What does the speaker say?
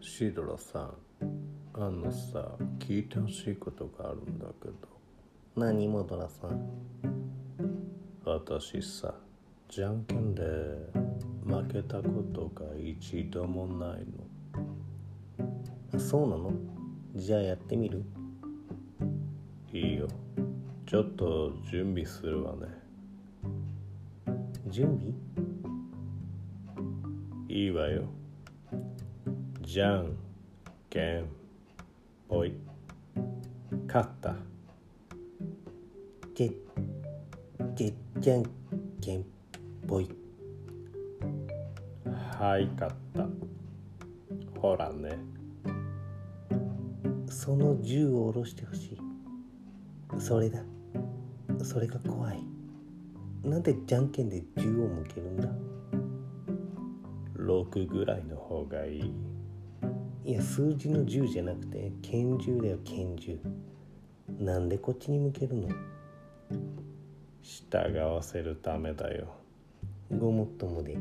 シドラさんあのさ聞いてほしいことがあるんだけど何もドラさん私さじゃんけんで負けたことが一度もないのあそうなのじゃあやってみるいいよちょっと準備するわね準いいわよじゃんけんぽい勝った備けけじゃんけんぽいはい勝ったほらねその銃を下ろしてほしいそれだそれが怖いなんでじゃんけんで銃を向けるんだ6ぐらいの方がいいいや数字の銃じゃなくて拳銃だよ拳銃なんでこっちに向けるの従わせるためだよごもっともで